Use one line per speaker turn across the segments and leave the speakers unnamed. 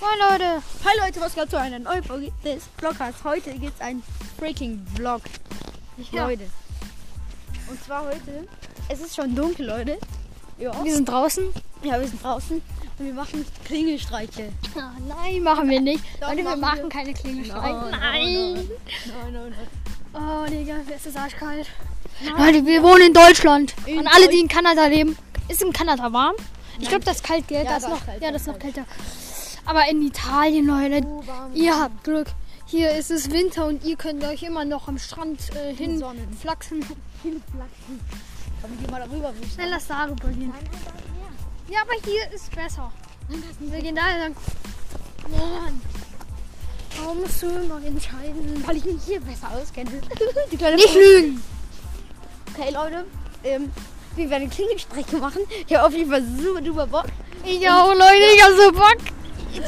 Moin Leute!
Hi Leute, was geht zu einer neuen Folge des Vloggers? Heute gibt's einen freaking Vlog,
Ja.
Leute. Und zwar heute, es ist schon dunkel, Leute. Ja,
Wir sind draußen.
ja wir sind draußen und wir machen Klingelstreiche.
nein, machen wir nicht.
Doch,
Leute, wir
machen
machen
wir.
keine
No,
Klingelstreiche.
no,
Nein!
Nein, nein, nein.
Oh, Digga, es ist arschkalt. Leute, wir wohnen in Deutschland.
In
Und alle, die in Kanada leben, ist in Kanada warm. Ich glaube, das ist kalt, gell?
Ja,
das ist
da
noch,
ist kalt,
ja,
da
das ist
ist
noch kälter. Aber in Italien, Leute, ihr habt Glück. Hier ist es Winter und ihr könnt euch immer noch am Strand äh,
Sonnen.
hinflaxen.
Komm, geh mal darüber. wo ich-
Schnell das Saro probieren. Ja, aber hier ist besser. Wir gehen da lang. Mann. Warum musst du immer entscheiden?
Weil ich mich hier besser auskenne. Die kleine
Nicht lügen!
Okay, Leute. Ähm, wir werden Klingelstreiche machen. Ich habe auf jeden Fall super duper Bock.
Ich auch, Leute, ich hab so Bock!
Und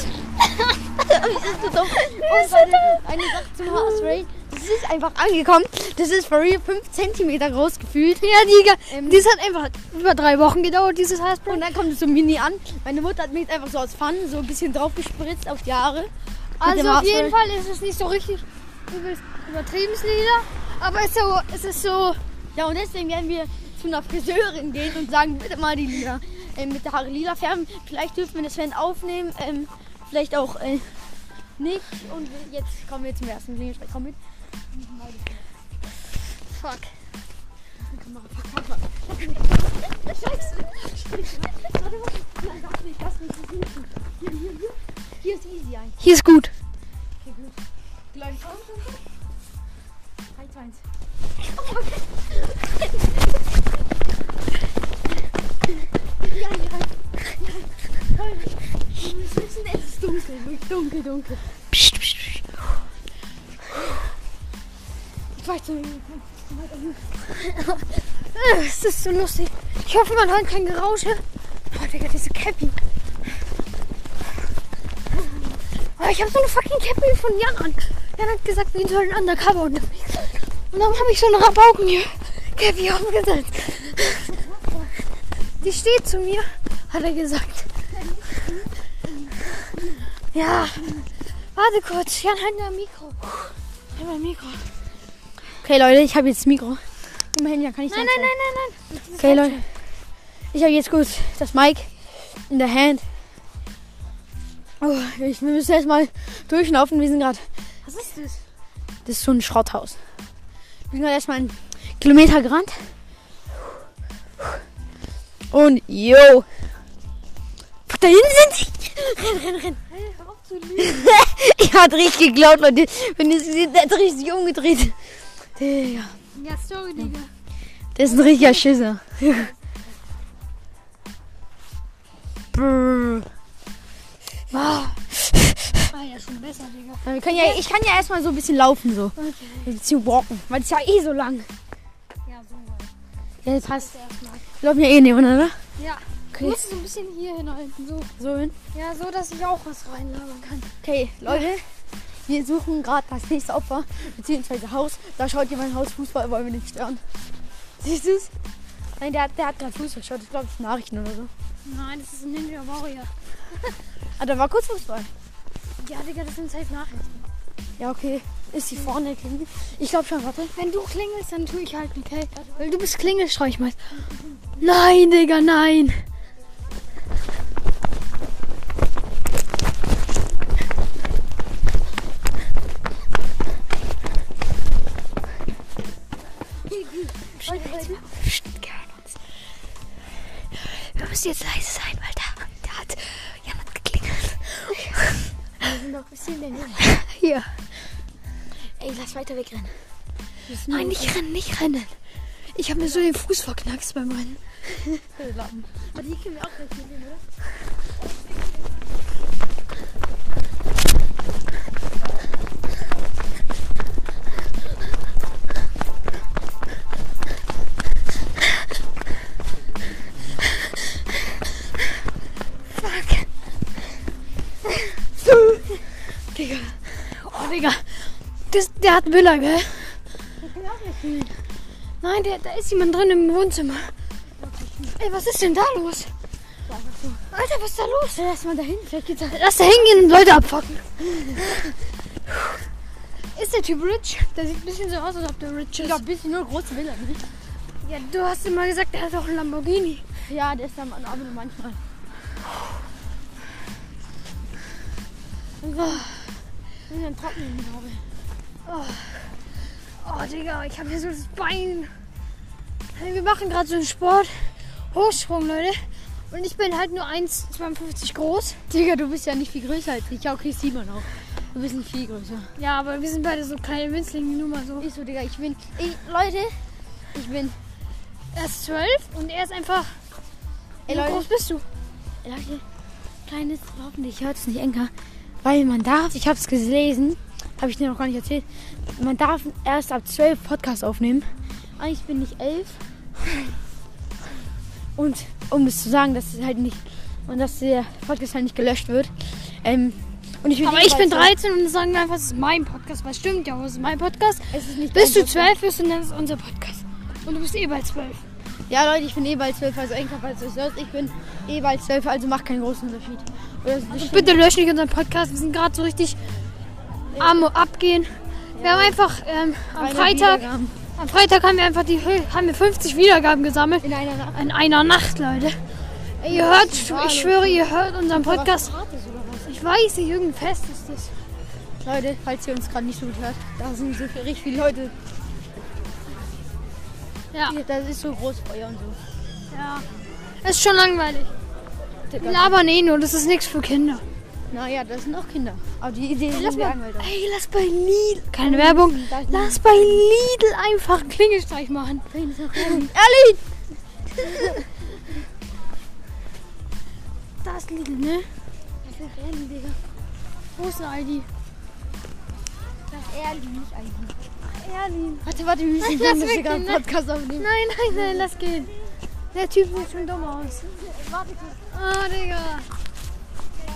eine, eine Sache zum Haarspray. Das ist einfach angekommen. Das ist for real 5 cm groß gefühlt.
Ja, Digga,
Ähm.
das hat einfach über drei Wochen gedauert, dieses Haarspray.
Und dann kommt es so mini an. Meine Mutter hat mir jetzt einfach so aus Pfannen so ein bisschen drauf gespritzt auf die Haare.
Also auf jeden
Fall.
Fall ist es nicht so richtig übelst übertriebenes Leder, aber es ist so, es ist so
Ja, und deswegen werden wir zu einer Friseurin gehen und sagen, bitte mal die lila, ähm, mit der Haare lila färben. Vielleicht dürfen wir das Fan aufnehmen. Ähm, vielleicht auch äh, nicht. Und wir- jetzt kommen wir zum ersten Klingelstreich. Komm mit.
fuck.
Scheiße. Warte mal. Nein, das nicht, das nicht, das nicht. Hier, hier, hier. Hier ist easy eigentlich.
Hier ist gut.
Die Leute kommen schon. 3, 2, 1. Ja, ja. ja. Wir müssen, es ist dunkel, wirklich dunkel, dunkel.
Psst, psst, psst.
Ich weiß nicht.
Äh, Es ist so lustig. Ich hoffe, man hört kein Gerausche. Boah, Digga, diese Cappy. Aber Oh, ich habe so eine fucking Cappy von Jan an. Jan hat gesagt, wir sollen undercover unterwegs sein. Und dann habe ich so eine Rabauken hier Cappy aufgesetzt. Die steht zu mir, hat er gesagt. Ja, warte kurz. Jan hat ja ein Mikro. Hat ein Mikro.
Okay, Leute, ich habe jetzt das Mikro. Immerhin, ja, kann ich
Nein, nein,
sagen.
nein, nein, nein.
Okay, Leute. Ich habe jetzt kurz das Mic in der Hand. Oh, ich, wir müssen erstmal durchschnaufen. Wir sind gerade.
Was ist das?
Das ist so ein Schrotthaus. Wir sind gerade erstmal einen Kilometer gerannt. Und yo. Fuck, Da hinten sind
Hey, hör auf zu lügen.
sie. Ich hat richtig geglaubt, Leute. Wenn ihr sie seht, der hat richtig umgedreht. Digga.
Ja, sorry, Digga.
Der ist ein richtiger Schisser. Brrr. Ah.
Ah, ja, schon besser, Digga.
Ja, Wir können ja, ich kann ja erstmal so ein bisschen laufen, so.
Okay.
Ein bisschen walken. Weil es ist ja eh so lang.
Ja, so weit.
Ja, das passt.
Erstmal.
Wir laufen ja eh nebeneinander.
Ja.
Okay.
Du musst so ein bisschen hier hinhalten. So.
So hin.
Ja, so, dass ich auch was reinlabern kann.
Okay, Leute. Wir suchen gerade das nächste Opfer, beziehungsweise Haus. Da schaut jemand Haus Fußball, wollen wir nicht stören. Siehst du es? Nein, der, hat- der hat gerade Fußball geschaut. Ich glaube, das ist Nachrichten oder so.
Nein, das ist ein Ninja Warrior.
Ah, da war kurz Fußball.
Ja, Digga, das sind safe Nachrichten.
Ja, okay. Ist die vorne? Ich glaube schon, warte.
Wenn du klingelst, dann tue ich halt mit, hey. Weil du bist Klingelstreichmeister. Nein, Digga, nein.
Psst, gehört uns. Wir müssen jetzt leise sein, weil da, da hat jemand geklingelt.
Noch ein bisschen länger.
Hier.
Ey, lass weiter wegrennen. Nein, nicht rennen, nicht rennen. Ich habe mir so den Fuß verknackst beim Rennen.
Aber die können wir auch gleich mitnehmen, oder?
Fuck. Digga. Oh, Digga. Das, der hat Billa, gell? Nein, der, da ist jemand drin im Wohnzimmer. Ey, was ist denn da los? Alter, was ist da los?
Lass mal dahin, vielleicht geht's auch.
Lass da hingehen und Leute abfacken. Ist der Typ rich? Der sieht ein bisschen so aus, als ob der rich ist.
ein bisschen nur große Villa, ne?
Ja, du hast immer gesagt, er hat auch einen Lamborghini.
Ja, der ist am Abend nur manchmal. Ich bin trocknen, glaube ich.
Oh, Digga, ich habe hier so das Bein. Hey, Wir machen gerade so einen Sport. Hochsprung, Leute. Und ich bin halt nur 1,52 groß.
Digga, du bist ja nicht viel größer als ich. Ja, okay, sieht man auch. Du bist nicht viel größer.
Ja, aber wir sind beide so kleine Winzlinge, nur mal so.
Ich so, Digga, ich bin. Ich, Leute, ich bin.
Er ist 12 und er ist einfach.
Ey,
wie
Leute.
groß bist du?
Leute, kleines, hoffentlich hört es nicht Enker. Weil man darf, ich habe es gelesen, habe ich dir noch gar nicht erzählt, man darf erst ab 12 Podcasts aufnehmen. Eigentlich bin ich 11. Und um es zu sagen, dass es halt nicht, und dass der Podcast halt nicht gelöscht wird. Ähm, und ich
Aber ich bin
jedenfalls-
13 und sagen wir einfach, es ist mein Podcast. Weil stimmt ja, es ist mein Podcast.
Es ist nicht
Bis du
dein
12
Podcast.
bist und dann ist es unser Podcast. Und du bist eh bald 12.
Ja, Leute, ich bin eh bald 12, also Enker, falls du es hörst, ich bin eh bald 12, also macht keinen großen Unterschied. Oder so bestimmt-
Bitte lösch nicht unseren Podcast. Wir sind gerade so richtig am Abgehen. Wir haben einfach ähm, am
Keine
Freitag,
Wiedergaben.
am Freitag haben wir einfach die Hö- haben wir 50 Wiedergaben gesammelt.
In einer Nacht.
In einer Nacht, Leute. Ihr hört, ich schwöre, ihr hört unseren Podcast.
Gratis oder was?
Ich weiß nicht, irgendein Fest ist das.
Leute, falls ihr uns gerade nicht so gut hört, da sind so viel, richtig viele Leute.
Ja,
Das ist so groß Feuer und so.
ja. Ist schon langweilig. Wir labern eh nur, das ist nichts für Kinder.
Naja, das sind auch Kinder. Aber die Idee ist
Lass
lass
mal,
Alter.
ey, lass bei Lidl. Keine Werbung. Lass bei Lidl einfach einen Klingelstreich machen.
Ehrlich!
Da ist Lidl, ne? Wo ist eine ID?
Ehrlich, nicht eigentlich.
Erlin.
Warte, warte, wir müssen
Lass
den
weg,
Digga einen
ne?
Podcast aufnehmen.
Nein, nein, nein, lass gehen. Der Typ sieht schon dumm aus. Ah, Digga.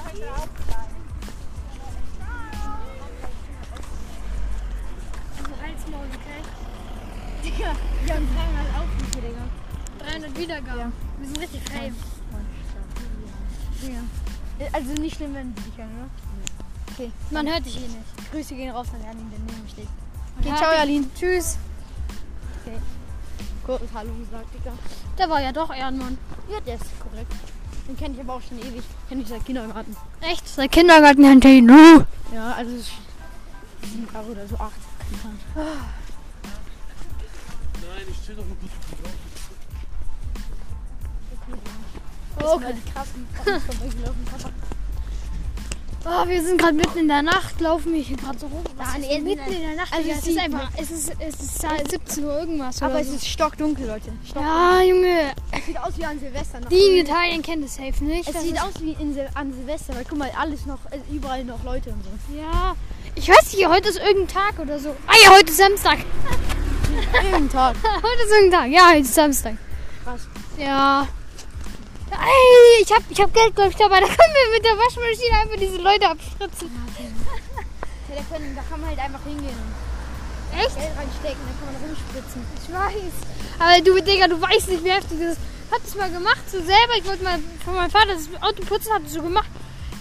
Also
Digga, wir haben dreimal Aufrufe, Digga.
300 Wiedergaben. Wir sind richtig fame.
Also nicht schlimm, wenn die dich hören, oder? Okay.
Man hört dich eh nicht.
Grüße gehen raus an Erlin, der neben mir steht. Okay,
Ja,
ciao,
Digga.
Erlin.
Tschüss.
Kurz Hallo gesagt, Digga.
Der war ja doch Ehrenmann.
Ja, der ist korrekt. Den kenne ich aber auch schon ewig. Kenne ich seit Kindergarten.
Echt? Der Kindergarten hinter ihn.
Ja, also es ist sieben Jahre oder so, acht. Keine Ahnung.
Nein, ich chill doch mal kurz.
Okay. Die krassen Fotos vorbeigelaufen. Papa.
Oh, wir sind gerade mitten in der Nacht, laufen wir hier gerade so rum.
Nein,
heißt
eben
mitten
nicht.
in der Nacht.
Also
Digga, es
es
ist
sieht
einfach, es ist, es ist halt 17 Uhr irgendwas.
Aber
oder
es
so.
ist stockdunkel, Leute. Stock
Ja, Junge,
Sieht aus wie an Silvester. Noch.
die in Italien kennen das safe nicht.
es
Das
sieht
ist,
aus wie in Sil an Silvester, weil guck mal, alles noch, also überall noch Leute und so.
Ja, ich weiß nicht, heute ist irgendein Tag oder so. Ah ja, heute ist Samstag.
Jeden Tag.
heute ist irgendein Tag. Ja, heute ist Samstag.
Krass.
Ja. Ey, ich hab, ich hab Geld, glaube ich, dabei. Da können wir mit der Waschmaschine einfach diese Leute abspritzen.
Ja, da, können, da kann man halt einfach hingehen und
Echt?
Geld reinstecken, da kann man rumspritzen.
Ich weiß. Aber du, Digga, du weißt nicht, wie heftig das ist. Hab das mal gemacht, so selber. Ich wollte mal von meinem Vater das Auto putzen, hab das so gemacht.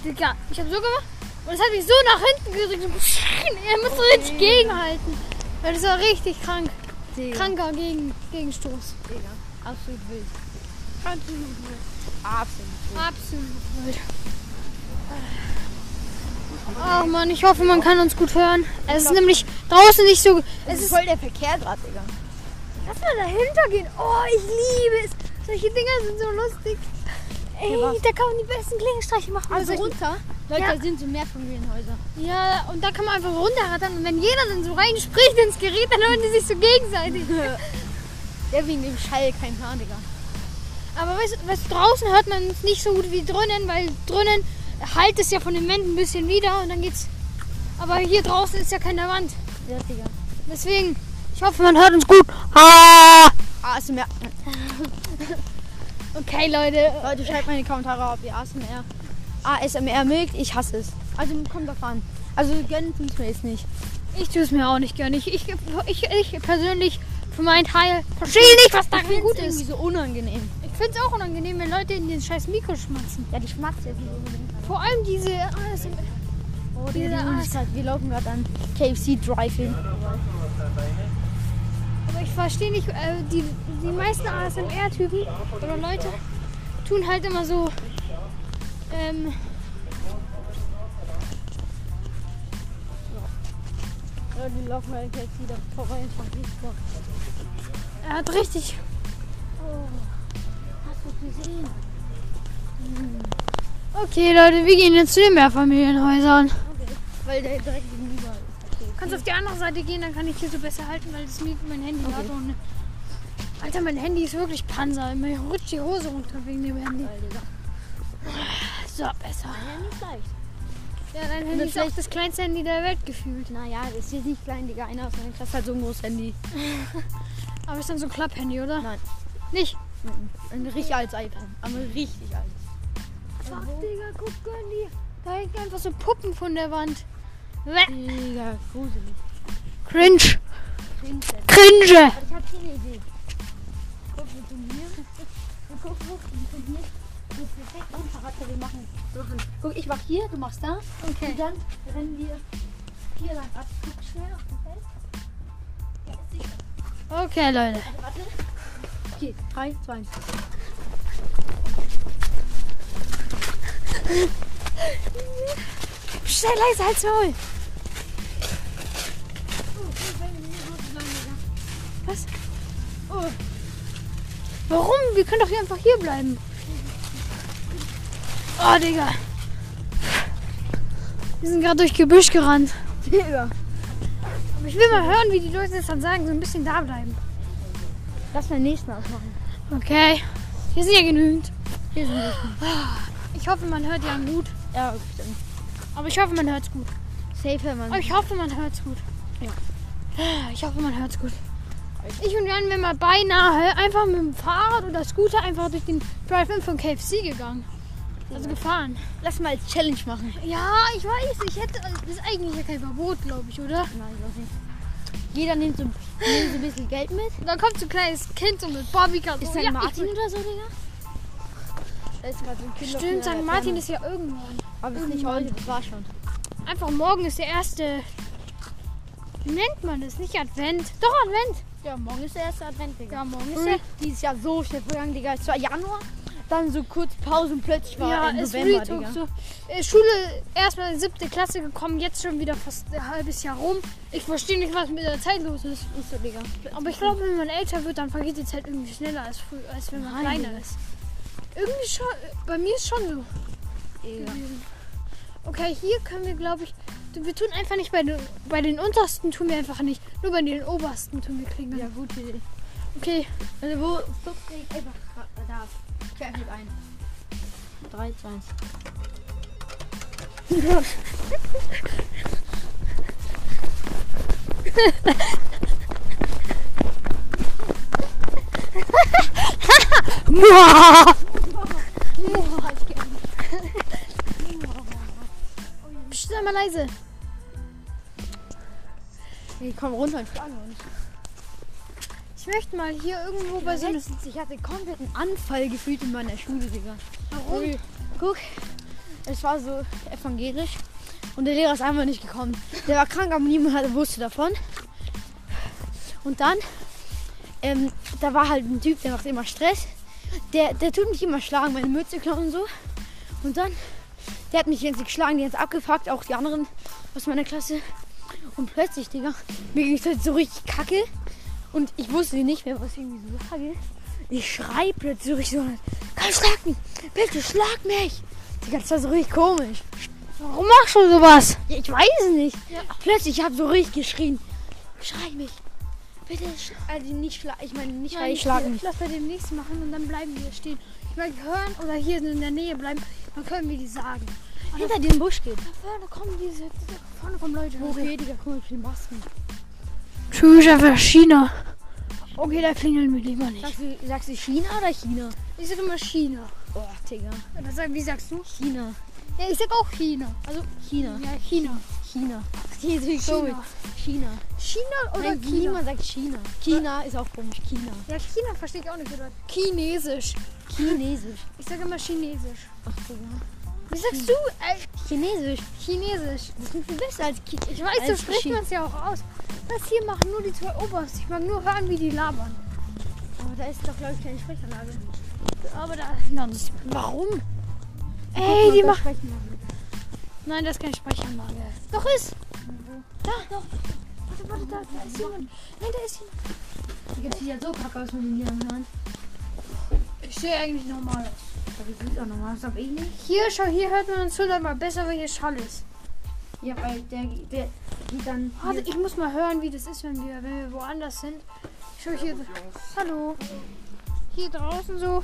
Digga, ich hab so gemacht. Und es hat mich so nach hinten gedrückt. So, er muss so richtig gegenhalten. Weil Das war richtig krank.
Digga.
Kranker Gegen, Gegenstoß.
Digga. Absolut wild.
Absolut.
Absolut.
Absolut. Ach man, ich hoffe, man kann uns gut hören. Es ist nämlich draußen nicht so.
Es
Es
ist
ist
voll der Verkehr gerade, Digga.
Lass mal dahinter gehen. Oh, ich liebe es. Solche Dinger sind so lustig. Ey,
Ja, was?
da kann man die besten Klingelstreiche machen.
Also
Mit solchen-
runter, Leute,
Ja.
da sind so Mehrfamilienhäuser.
ja, und da kann man einfach runterrattern. Und wenn jeder dann so reinspricht ins Gerät, dann hören die sich so gegenseitig.
Der wegen dem Schall, kein Plan, Digga.
Aber weißt, du- weißt, du, draußen hört man es nicht so gut wie drinnen, weil drinnen halt es ja von den Wänden ein bisschen wieder und dann geht's. Aber hier draußen ist ja keine Wand.
Ja, Digga.
Deswegen, ich hoffe, man hört uns gut. Ah!
ASMR.
Okay, Leute.
Leute, schreibt mal in die Kommentare, ob ihr ASMR, ASMR mögt. Ich hasse es. Also kommt drauf an. Also gönnen tut mir jetzt nicht.
Ich tue es mir auch nicht gerne. Ich, ich, ich, ich persönlich Für meinen Teil verstehe ich nicht, was daran gut ist.
so unangenehm.
Ich finde es auch unangenehm, wenn Leute in den scheiß Mikro schmatzen.
Ja, die schmatzt jetzt nicht unbedingt.
Vor allem diese ASMR.
Oh,
Diese Art.
gesagt, wir laufen gerade an KFC Drive-In.
Aber ich verstehe nicht, äh, die, die meisten ASMR-Typen oder Leute tun halt immer so. Ähm,
Ja, die laufen gerade KFC da vorbei und fahren nicht vor.
er hat richtig. Oh,
Hast du gesehen?
Hm. Okay, Leute, wir gehen jetzt zu den Mehrfamilienhäusern.
Weil der direkt gegenüber ist. Okay.
Kannst auf die andere Seite gehen, dann kann ich hier so besser halten, weil das Mikro mein Handy war so eine. Alter, mein Handy ist wirklich Panzer. Mir rutscht die Hose runter wegen dem Handy.
Weil der sagt,
So, besser.
ja, nicht leicht.
Ja, dein Handy ist auch das kleinste Handy der Welt gefühlt.
Naja, das ist jetzt nicht klein, Digga. Einer aus meiner
halt-
Klasse hat halt so ein großes Handy.
Aber ist dann so ein Klapphandy, oder?
Nein.
Nicht?
Ein richtig altes iPhone. Aber richtig alt.
Fuck, Digga, guck mal die. Da hängen einfach so Puppen von der Wand. Weh.
Digga, gruselig.
Cringe.
Princess.
Cringe.
Aber ich hab hier eine Idee. Guck, wir tun hier. Wir gucken, guck, wir tun hier. Das ist perfekt unverraten. Wir machen. machen. Guck, ich mach hier, du machst da.
Okay.
Und dann rennen wir hier lang ab. Guck schnell auf dem Feld. Ja, ist sicher.
Okay, Leute.
Also, warte. Okay, 3, 2, 1.
Schnell leise als Maul. Was? Oh. Warum? Wir können doch hier einfach hier bleiben. Oh, Digga. Wir sind gerade durch Gebüsch gerannt.
Digga.
Aber ich will mal hören, wie die Leute das dann sagen. So ein bisschen da bleiben.
Lass mal den nächsten aufmachen.
Okay. Hier sind ja genügend.
Hier sind wir.
Ich hoffe, man hört ja gut.
Ja, bestimmt.
Aber ich hoffe, man hört's gut.
Safe, Mann.
Aber ich hoffe, man hört's gut.
Ja.
Ich hoffe, man hört's gut. Ich und Jan wären mal beinahe einfach mit dem Fahrrad oder Scooter einfach durch den Drive-In von KFC gegangen. Also gefahren.
Lass mal als Challenge machen.
Ja, ich weiß. Ich hätte. also, Das ist eigentlich ja kein Verbot, glaube ich, oder?
Nein, ich weiß nicht. Jeder nimmt so, nimmt so ein bisschen Geld mit.
Und dann kommt so ein kleines Kind so mit Barbiecar.
Ist
so,
St.
ja, ich
Martin
will-
oder so, Digga? Da ist mal so ein Kind auf
Stimmt,
einer
St. Martin
Laterne.
ist ja irgendwann.
Aber ist nicht heute, das war schon.
Einfach morgen ist der erste. Wie nennt man das? Nicht Advent. Doch, Advent.
Ja, morgen ist der erste Advent, Digga.
Ja, morgen ist
Ist
der.
ja dieses Jahr so schnell vergangen, Digga. Es war Januar, dann so kurz Pause und plötzlich war
ja,
im
ist
November,
Real Talk
Digga.
so. Äh, Schule erstmal in siebte Klasse gekommen, jetzt schon wieder fast ein halbes Jahr rum. Ich verstehe nicht, was mit der Zeit los ist.
Ist so, Digga.
Aber ich glaube, wenn man älter wird, dann vergeht die Zeit irgendwie schneller als früh, als wenn man
Nein,
kleiner
Digga.
ist. Irgendwie schon, äh, bei mir ist schon so.
Digga.
gewesen. Okay, hier können wir, glaube ich, wir tun einfach nicht bei den, bei den untersten tun wir einfach nicht, nur bei den obersten tun wir klingeln.
Ja, gute Idee.
Okay,
Also wo flucht ich einfach ra- da? Querfeld ein. 3, 2, 1.
Psst, sei mal leise.
Nee, komm runter und schlage uns.
Ich möchte mal hier irgendwo bei so einem...
Letztens, ich hatte komplett einen Anfall gefühlt in meiner Schule, Digga.
Warum?
Guck, es war so evangelisch und der Lehrer ist einfach nicht gekommen. Der war krank, aber niemand hatte- wusste davon. Und dann, ähm, da war halt ein Typ, der macht immer Stress. Der, der tut mich immer schlagen, meine Mütze klauen und so. Und dann, der hat mich jetzt geschlagen, die hat abgepackt, auch die anderen aus meiner Klasse. Und plötzlich, Digga, mir ging es halt so richtig kacke. Und ich wusste nicht mehr, was ich irgendwie so sage. Ich schrei plötzlich so richtig so, komm, schlag mich, bitte schlag mich. Digga, das war so richtig komisch.
Warum machst du sowas?
Ja, ich weiß es nicht.
Ja.
Plötzlich, ich habe so richtig geschrien. Schrei mich. Bitte, sch also nicht schlag, ich meine nicht schrei,
Nein,
ich schlag
ich
mich.
lass bei dem nächsten machen und dann bleiben wir stehen. Ich meine, wir hören oder hier in der Nähe bleiben, dann können wir die sagen.
Hinter den Busch geht.
Da vorne kommen diese, da vorne kommen Leute. Also
Okay, Digga, guck mal, wie viele Masken.
Tschüss, einfach China. Okay, da klingeln wir lieber nicht.
Sagst du, sagst du China oder China?
Ich sag immer China.
Oh, Digga.
Das, sag- wie sagst du?
China.
Ja, ich sag auch China.
Also China.
Ja, China.
China. China. China. China.
China oder
Nein,
China?
niemand sagt China. China ist auch komisch. China.
Ja, China verstehe ich auch nicht. Oder? Chinesisch.
Chinesisch.
Ich sage immer Chinesisch.
Ach, Digga.
Wie sagst du? Äh,
Chinesisch.
Chinesisch.
Das klingt viel besser als China.
Ich weiß, so
Als
spricht
Chi-
man es ja auch aus. Das hier machen nur die zwei Oberst. Ich mag nur hören, wie die labern.
Aber da ist doch, glaube ich, keine Sprechanlage.
Aber da. Na, das, warum? Ey, die machen. Nein, das ist kein Speichermann. Doch ist. Da, doch. Warte, warte, da, da ist jemand. Nein, da ist jemand.
Die sieht ja so kacke aus mit den Liedern hören.
Ich sehe eigentlich normal aus.
Aber die sieht auch normal aus, aber ich nicht.
Hier, schau, hier hört man uns hundertmal besser, weil hier Schall ist.
Ja, weil der, der geht dann.
Warte, ich muss mal hören, wie das ist, wenn wir, wenn wir woanders sind. Schau hier. Hallo. Hier draußen so.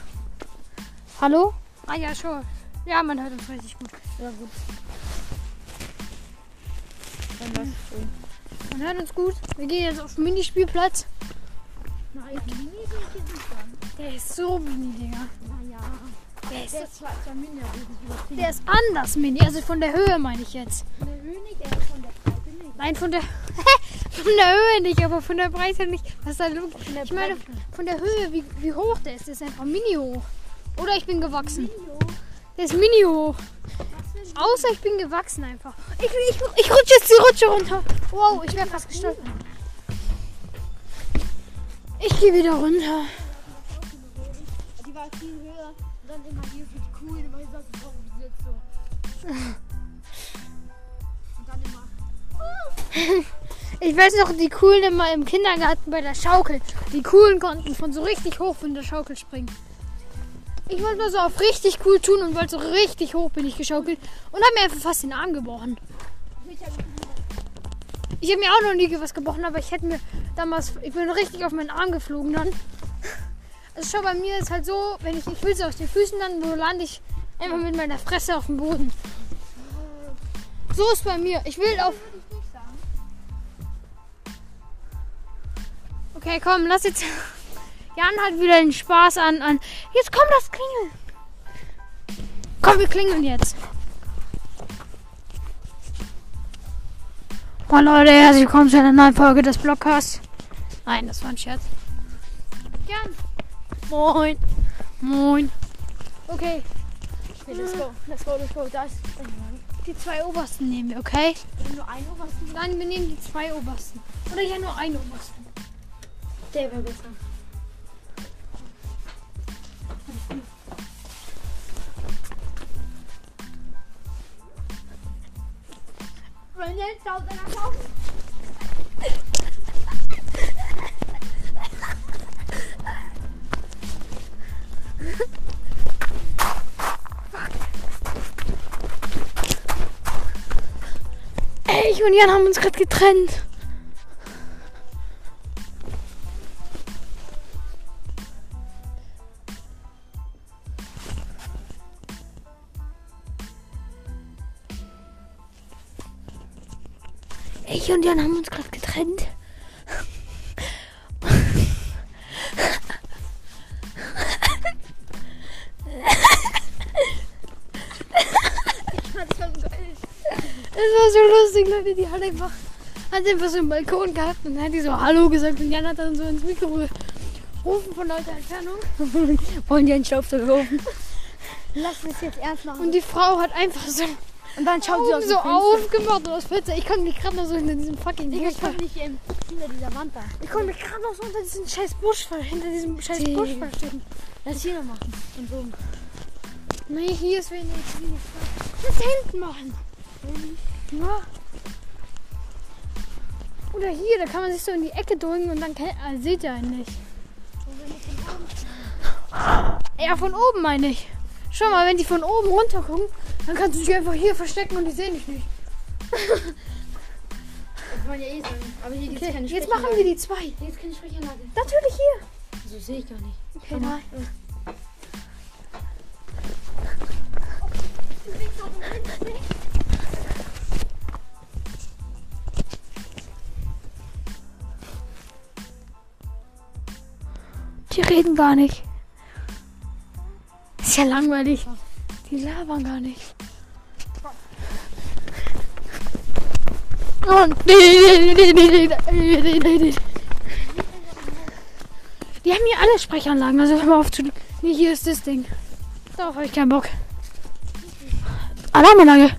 Hallo? Ah ja, schon. Ja, man hört uns richtig gut.
Ja, gut. Dann lass es stehen.
Man hört uns gut. Wir gehen jetzt auf den Minispielplatz.
Nein, Mini sind hier nicht dran.
Der ist so mini, Digga.
Naja.
Der
Der
ist,
ist zwar, zwar Mini, aber das ist übertrieben.
der ist anders mini. Also von der Höhe meine ich jetzt.
Von der Höhe nicht, der ist von der Breite nicht.
Nein, von der, von der Höhe nicht, aber von der Breite nicht. Was ist da los? Ich meine, von der Höhe, wie, wie hoch der ist. Der ist einfach mini hoch. Oder ich bin gewachsen.
Video.
Der ist mini hoch.
Was für ein
Außer ich bin gewachsen einfach. Ich, ich, ich rutsche jetzt die Rutsche runter. Wow, ich wäre fast gestolpert. Ich gehe wieder runter.
Die war viel höher. Und dann immer hier ist mit cool. Immer hier sagt, warum sitzt so. Und dann immer.
Ich weiß noch, die Coolen immer im Kindergarten bei der Schaukel. Die Coolen konnten von so richtig hoch von der Schaukel springen. Ich wollte nur so auf richtig cool tun und wollte so richtig hoch bin ich geschaukelt und habe mir einfach fast den Arm gebrochen.
Micha,
Ich habe mir auch noch nie ge- was gebrochen, aber ich hätte mir damals, ich bin richtig auf meinen Arm geflogen dann. Also schau, bei mir ist halt so, wenn ich, ich will so aus den Füßen, dann so lande ich einfach mit meiner Fresse auf dem Boden. So ist bei mir. Ich will auf,
würde ich nicht sagen.
Okay, komm, lass jetzt. Jan hat wieder den Spaß an. an. Jetzt komm, das klingeln. Komm, wir klingeln jetzt. Moin Oh, Leute, herzlich willkommen zu einer neuen Folge des Blockcasts. Nein, das war ein Scherz. Jan.
Moin.
Moin. Okay,
Okay, let's go. Let's go, let's go. Da ist.
die zwei obersten nehmen wir, okay?
Wenn du ein Uhr was du
Nein, wir nehmen die zwei obersten. Oder ja, nur einen obersten.
Der wäre besser. Freundin, schau deiner Kauf.
Ey, ich und Jan haben uns gerade getrennt. Ich und Jan haben uns gerade getrennt.
Das ist schon geil.
Es war so lustig, Leute. Die hat einfach, hat einfach so einen Balkon gehabt und hat die so Hallo gesagt und Jan hat dann so ins Mikro gerufen von lauter Entfernung.
Wollen die einen Staubsauger rufen? Lass uns jetzt ernst machen.
Und die Frau hat einfach so
Und dann schaut
Augen
sie aus dem
so
Fenster.
aufgemacht und aus Fenster. Ich konnte mich gerade noch so hinter diesem fucking
Digga,
Busch
ich komm
ver-
nicht ähm, hinter dieser Wand da.
Ich konnte mich gerade noch so unter diesen scheiß Busch ver- hinter diesem scheiß
Digga.
Busch verstecken.
Lass hier noch machen. Und so.
Nee, hier ist wenig. wenig Platz. Lass da hinten machen. Ja. Oder hier, da kann man sich so in die Ecke drücken und dann kennt- äh, seht ihr einen nicht. Ja, von oben meine ich. Schau mal, wenn die von oben runter gucken, dann kannst du dich einfach hier verstecken und die sehen dich nicht.
Das waren ja eh sagen. Aber hier gibt's
Okay,
keine
jetzt machen wir die zwei.
Hier gibt's keine Sprechanlage.
Natürlich hier.
So sehe ich gar nicht.
Okay, nein. reden gar nicht. Ist ja langweilig. Die labern gar nicht. Und die haben hier alle Sprechanlagen, also hör mal auf zu. Nee, hier ist das Ding. Darauf habe ich keinen Bock. Alarmanlage.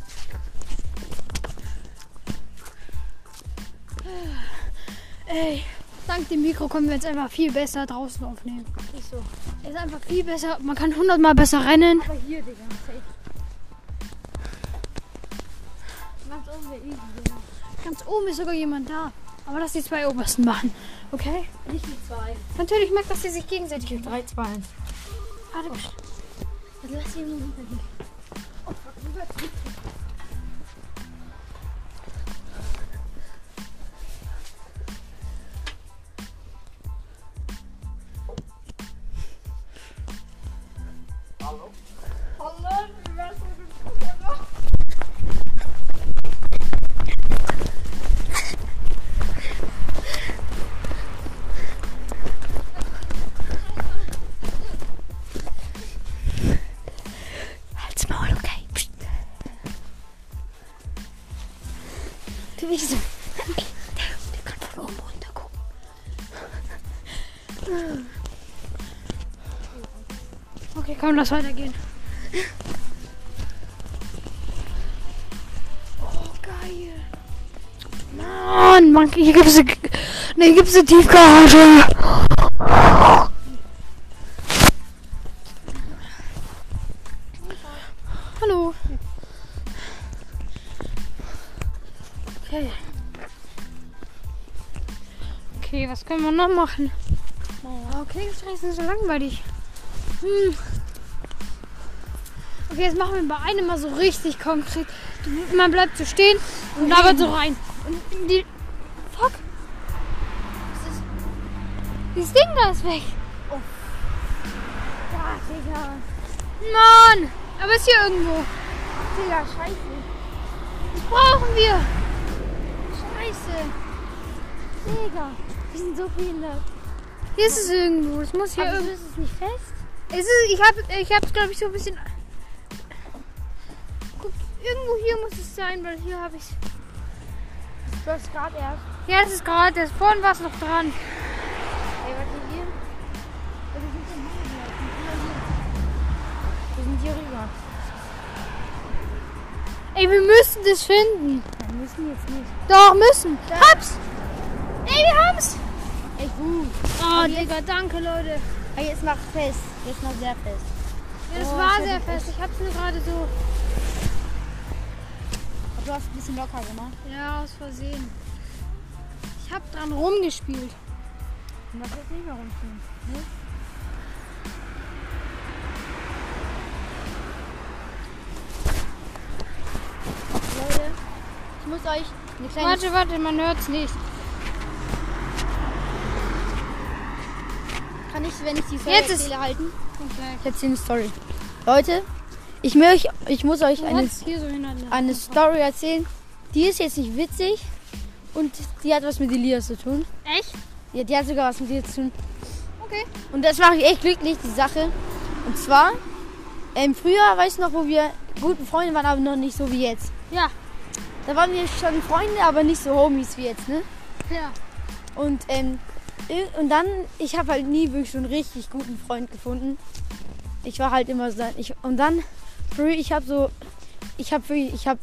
Ey, dank dem Mikro können wir jetzt einfach viel besser draußen aufnehmen.
Ist so.
Ist einfach viel besser, man kann hundertmal besser rennen.
Aber hier, Digga. Safe. Ganz oben wäre easy. Digga.
Ganz oben ist sogar jemand da. Aber lass die zwei obersten machen, okay?
Nicht die zwei.
Natürlich merkt, dass sie sich gegenseitig hilft.
Drei, zwei, eins.
Warte,
Also lass ihn nur hinter dir.
halt's Maul, okay? Psst. Du bist so. Ey, Der, der kann von oben runter gucken. Okay, komm, lass weitergehen. Oh, geil. Mann, Mann, hier gibt's eine, nee, hier gibt's eine Tiefgarage. Hallo. Okay. Okay, was können wir noch machen? Okay, das ist so langweilig. Hm. Okay, jetzt machen wir bei einem mal so richtig konkret. Du- Man bleibt so stehen und labert so rein. Und in die. Fuck. Dieses Ding da ist weg.
Ja, Ah, Digga.
Mann! Aber ist hier irgendwo.
Digga, scheiße.
Das brauchen wir.
Scheiße. Digga. Wir sind so viele.
Hier ist es irgendwo. Das muss hier
Aber
irgendwo.
ist es nicht fest?
Es ist, ich habe ich hab's, glaube ich, so ein bisschen. Guck, irgendwo hier muss es sein, weil hier habe ich.
Du hast gerade erst.
Ja, das ist gerade das. Vorhin war es noch dran.
Ey, warte hier. Wir sind hier rüber. Wir sind hier rüber.
Ey, wir müssen das finden.
Wir müssen jetzt nicht.
Doch, müssen. Hab's! Ey, wir haben's!
Ey, gut.
Oh, Digga, danke, Leute.
Aber jetzt mach fest. Jetzt mach sehr fest.
Ja, das
Oh,
war
sehr
sehr
gut.
fest. Ich hab's nur gerade so.
Aber du hast ein bisschen locker gemacht.
Ja, aus Versehen. Ich hab dran rumgespielt.
Und das jetzt nicht mehr rumziehen. Ne? Leute, ich muss euch eine kleine...
Warte, warte, man hört's nicht.
Kann ich, wenn ich die
Jetzt ist-
Feuerstelle halten?
Okay.
Ich erzähle eine Story. Leute, ich, möch, ich muss euch
Du
eine,
hast hier so hin.
eine Story erzählen. Die ist jetzt nicht witzig und die hat was mit Elias zu tun.
Echt?
Ja, die hat sogar was mit dir zu tun.
Okay.
Und das macht mich echt glücklich, die Sache. Und zwar, ähm, früher, weißt du noch, wo wir guten Freunde waren, aber noch nicht so wie jetzt.
Ja.
Da waren wir schon Freunde, aber nicht so Homies wie jetzt, ne?
Ja.
Und, ähm, ir- und dann, ich habe halt nie wirklich so einen richtig guten Freund gefunden. Ich war halt immer so, ich, und dann, früh, ich habe so, ich habe wirklich, ich habe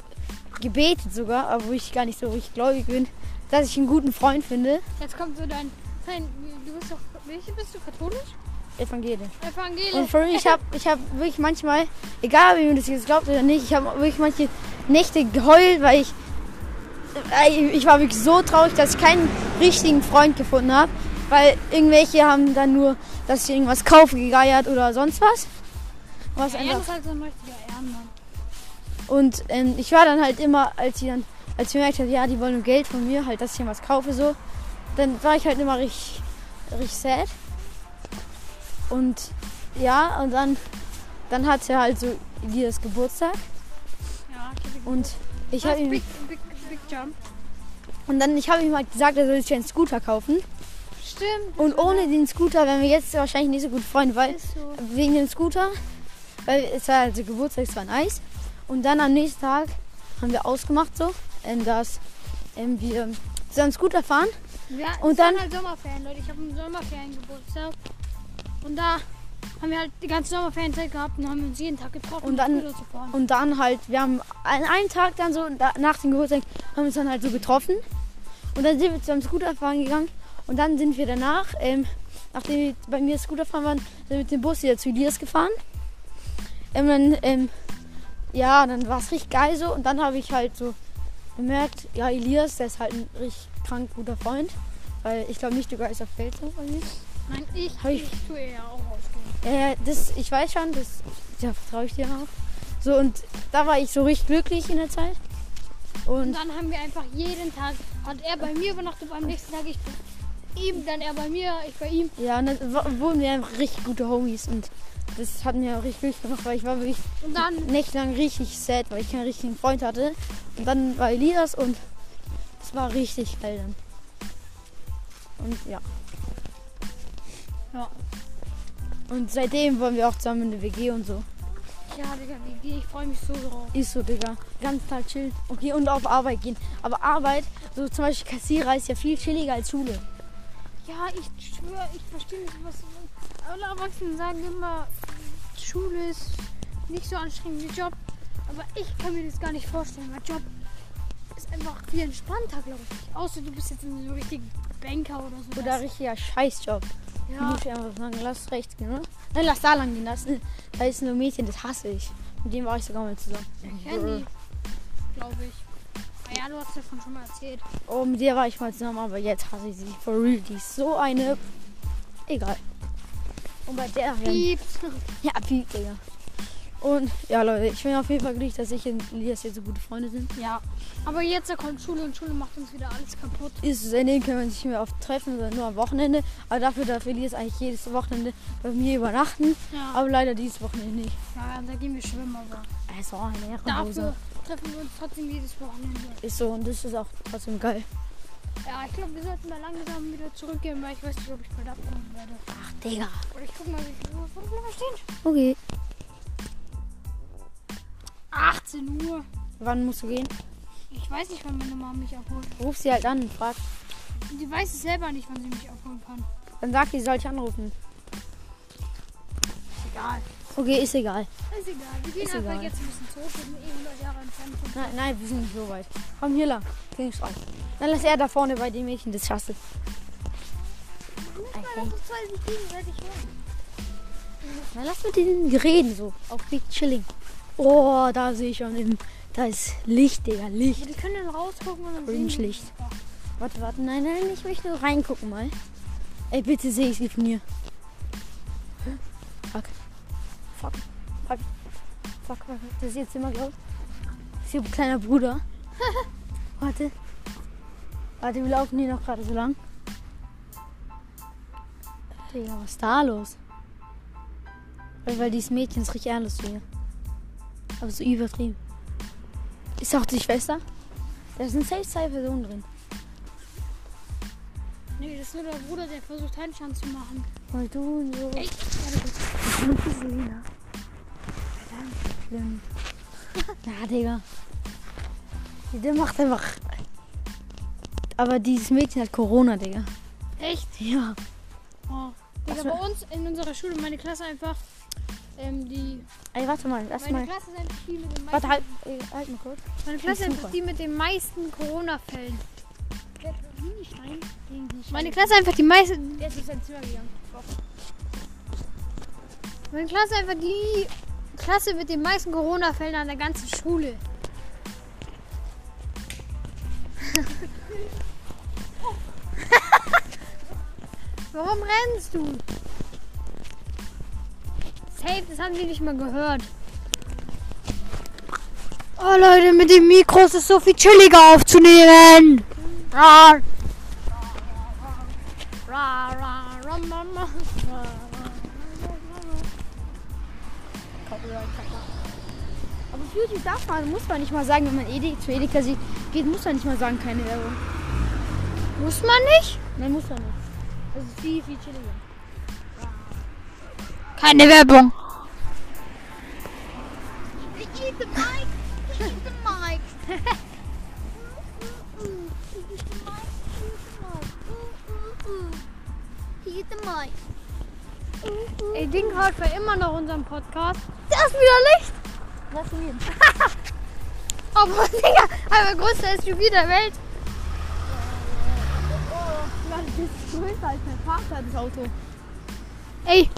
gebetet sogar, obwohl ich gar nicht so richtig gläubig bin, dass ich einen guten Freund finde.
Jetzt kommt so dein. Nein, du bist doch. Welche bist du? Katholisch?
Evangelisch.
Evangelisch?
Und für mich, ich habe ich hab wirklich manchmal, egal wie mir das jetzt glaubt oder nicht, ich habe wirklich manche Nächte geheult, weil ich, weil ich war wirklich so traurig, dass ich keinen richtigen Freund gefunden habe. Weil irgendwelche haben dann nur, dass ich irgendwas kaufe, gegeiert oder sonst was. was
ja,
einfach-
Jan ist halt so ein richtiger Ehrenmann.
und ähm, ich war dann halt immer, als sie dann, als ich gemerkt habe, ja, die wollen nur Geld von mir, halt, dass ich ihnen was kaufe, so, dann war ich halt immer richtig, richtig sad. Und ja, und dann, dann hat er halt so Elias Geburtstag
Ja, ich hab ihn-
und ich
Was?
habe ihm,
Big, big, big Jump.
und dann, ich habe ihm halt gesagt, er soll sich einen Scooter kaufen.
Stimmt.
Und ohne den Scooter wären wir jetzt wahrscheinlich nicht so gut Freunde, weil
Ist so.
wegen dem Scooter, weil es war also Geburtstag, es war nice. Und dann am nächsten Tag haben wir ausgemacht so, ähm, dass ähm, wir zusammen Scooter fahren.
Ja,
Und
es waren
dann-
halt Sommerferien, Leute. Ich habe im Sommerferien Geburtstag. Und da haben wir halt die ganze Sommerferienzeit gehabt und haben uns jeden Tag getroffen,
Und dann-
um Scooter zu fahren.
Und dann halt, wir haben an einem Tag dann so, da, nach dem Geburtstag, haben wir uns dann halt so getroffen. Und dann sind wir zusammen Scooter fahren gegangen. Und dann sind wir danach, ähm, nachdem wir bei mir Scooter fahren waren, sind wir mit dem Bus wieder zu Elias gefahren. Und dann, ähm, ja, dann war es richtig geil so. Und dann habe ich halt so gemerkt, ja, Elias, der ist halt ein richtig krank guter Freund. Weil ich glaube nicht, sogar ist auf Feldhof bei mir.
Nein, ich,
Hab ich-
ich tue ja auch rausgehen.
Ja, ja, das, ich weiß schon, das ja, vertraue ich dir auch. So, und da war ich so richtig glücklich in der Zeit.
Und
Und
dann haben wir einfach jeden Tag, hat er bei mir übernachtet, am nächsten Tag ich bei ihm, dann er bei mir, ich bei ihm.
ja, und dann wa- wurden wir einfach richtig gute Homies. Und das hat mir auch richtig glücklich gemacht, weil ich war wirklich
Und dann
nächtelang richtig sad, weil ich keinen richtigen Freund hatte. Und dann war Elias und es war richtig geil dann. Und ja.
Ja.
Und seitdem wollen wir auch zusammen in der WG und so.
Ja, Digga, wie gehe ich? freue mich so drauf.
Ist so, Digga. Ganz Tag chillen. Okay, und auf Arbeit gehen. Aber Arbeit, so zum Beispiel Kassierer, ist ja viel chilliger als Schule.
Ja, ich schwöre, ich verstehe nicht, was alle Erwachsenen sagen immer, Schule ist nicht so anstrengend wie Job. Aber ich kann mir das gar nicht vorstellen, weil Job ist einfach viel entspannter, glaube ich. Außer du bist jetzt in so einem richtigen Banker oder so.
Oder richtiger Scheißjob.
ja,
Ich muss einfach sagen, lass rechts gehen, oder? Nein, lass da lang gehen. Das, da ist ein Mädchen, das hasse ich. Mit dem war ich sogar mal zusammen.
Handy, glaube ich. Ah ja, du hast davon schon mal erzählt.
Oh, mit der war ich mal zusammen, aber jetzt hasse ich sie. For real, die ist so eine... Egal. Und bei der...
Pieps.
Ja, Piep, Digga. Und ja, Leute, ich bin auf jeden Fall glücklich, dass ich und Elias jetzt so gute Freunde sind.
Ja. Aber jetzt da kommt Schule und Schule macht uns wieder alles kaputt.
ist seitdem können wir uns nicht mehr oft treffen, sondern nur am Wochenende. Aber dafür darf Elias eigentlich jedes Wochenende bei mir übernachten.
Ja.
Aber leider dieses Wochenende nicht.
ja da gehen wir schwimmen, aber
Es war eine
dafür
Ehrenlose.
treffen wir uns trotzdem jedes Wochenende.
Ist so und das ist auch trotzdem geil.
Ja, ich glaube, wir sollten mal langsam wieder zurückgehen, weil ich weiß nicht, ob ich bald abkommen werde.
Ach, Digga.
Oder ich guck mal, wie viel Uhr fünf Uhr stehen.
Okay.
18 Uhr.
Wann musst du gehen?
Ich weiß nicht, wann meine Mama mich abholt.
Ruf sie halt an und frag.
Die weiß es selber nicht, wann sie mich abholen kann.
Dann sag sie, soll ich anrufen.
Ist egal.
Okay, ist egal.
Ist egal. Wir gehen
Ist
einfach
egal.
jetzt ein bisschen zurück. Wir sind eh 100 Jahre entfernt. von-
Nein, nein, wir sind nicht so weit. Komm hier lang. Links rein. Dann lass er da vorne bei dem Mädchen das schaffst du.
Nicht mal, dass uns zwei sich gegenseitig hören.
Dann lass mit denen reden so. Auf Big Chilling. Oh, da sehe ich schon. im- Da ist Licht, Digga. Licht.
Aber die können dann rausgucken und dann
Grün
sehen die-
schlicht.
Ja.
Warte, warte, nein, nein, ich möchte nur reingucken mal. Ey, bitte sehe ich sie von hier. Hä? Fuck. Fuck. Fuck. Fuck, fuck. Das ist jetzt immer, glaube ich. Das ist ihr kleiner Bruder. warte. Warte, wir laufen hier noch gerade so lang. Digga, was ist da los? Weil, weil dieses Mädchen ist richtig ernst zu ihr. Aber so übertrieben. Ist auch die Schwester? Da sind safe zwei Personen drin.
Nee, das ist nur der Bruder, der versucht, Handschellen zu machen.
Weil du und so.
Echt? Warte kurz.
Und Selina. Verdammt schlimm. Na, Digga. Der macht einfach. Aber dieses Mädchen hat Corona, Digga.
Echt?
Ja.
Oh. Digga,
Was war-
bei uns in unserer Schule, meine Klasse einfach, ähm, die.
Ey, warte mal, lass
Meine
mal.
Klasse ist einfach die mit dem meisten
Warte, halt, ey, halt mal kurz.
Meine Klasse
Nicht
ist einfach
super.
die mit den meisten Corona-Fällen. Meine Klasse einfach die meisten.
Der ist in sein Zimmer gegangen.
Meine Klasse einfach die Klasse mit den meisten Corona-Fällen an der ganzen Schule. Warum rennst du? Safe, das haben die nicht mal gehört. Oh Leute, mit den Mikros ist so viel chilliger aufzunehmen. Rar. Rar, rar, ram, ram, ram.
Aber für YouTube darf man, muss man nicht mal sagen, wenn man Edi zu Edeka sieht, geht, muss man nicht mal sagen, keine Werbung.
Muss man nicht?
Nein, muss man nicht. Das ist viel, viel chilliger.
Keine Werbung.
Ich eat the mic. Ich eat the mic. Ich eat the mic. Ich eat the mic. Ich eat the mic.
Ey, Ding hört für immer noch unseren Podcast.
Da ist wieder Licht.
Lass ihn hin.
Obwohl, Digga, einmal größter SUV der Welt.
Das ist größer als mein Vater, das Auto.
Ey,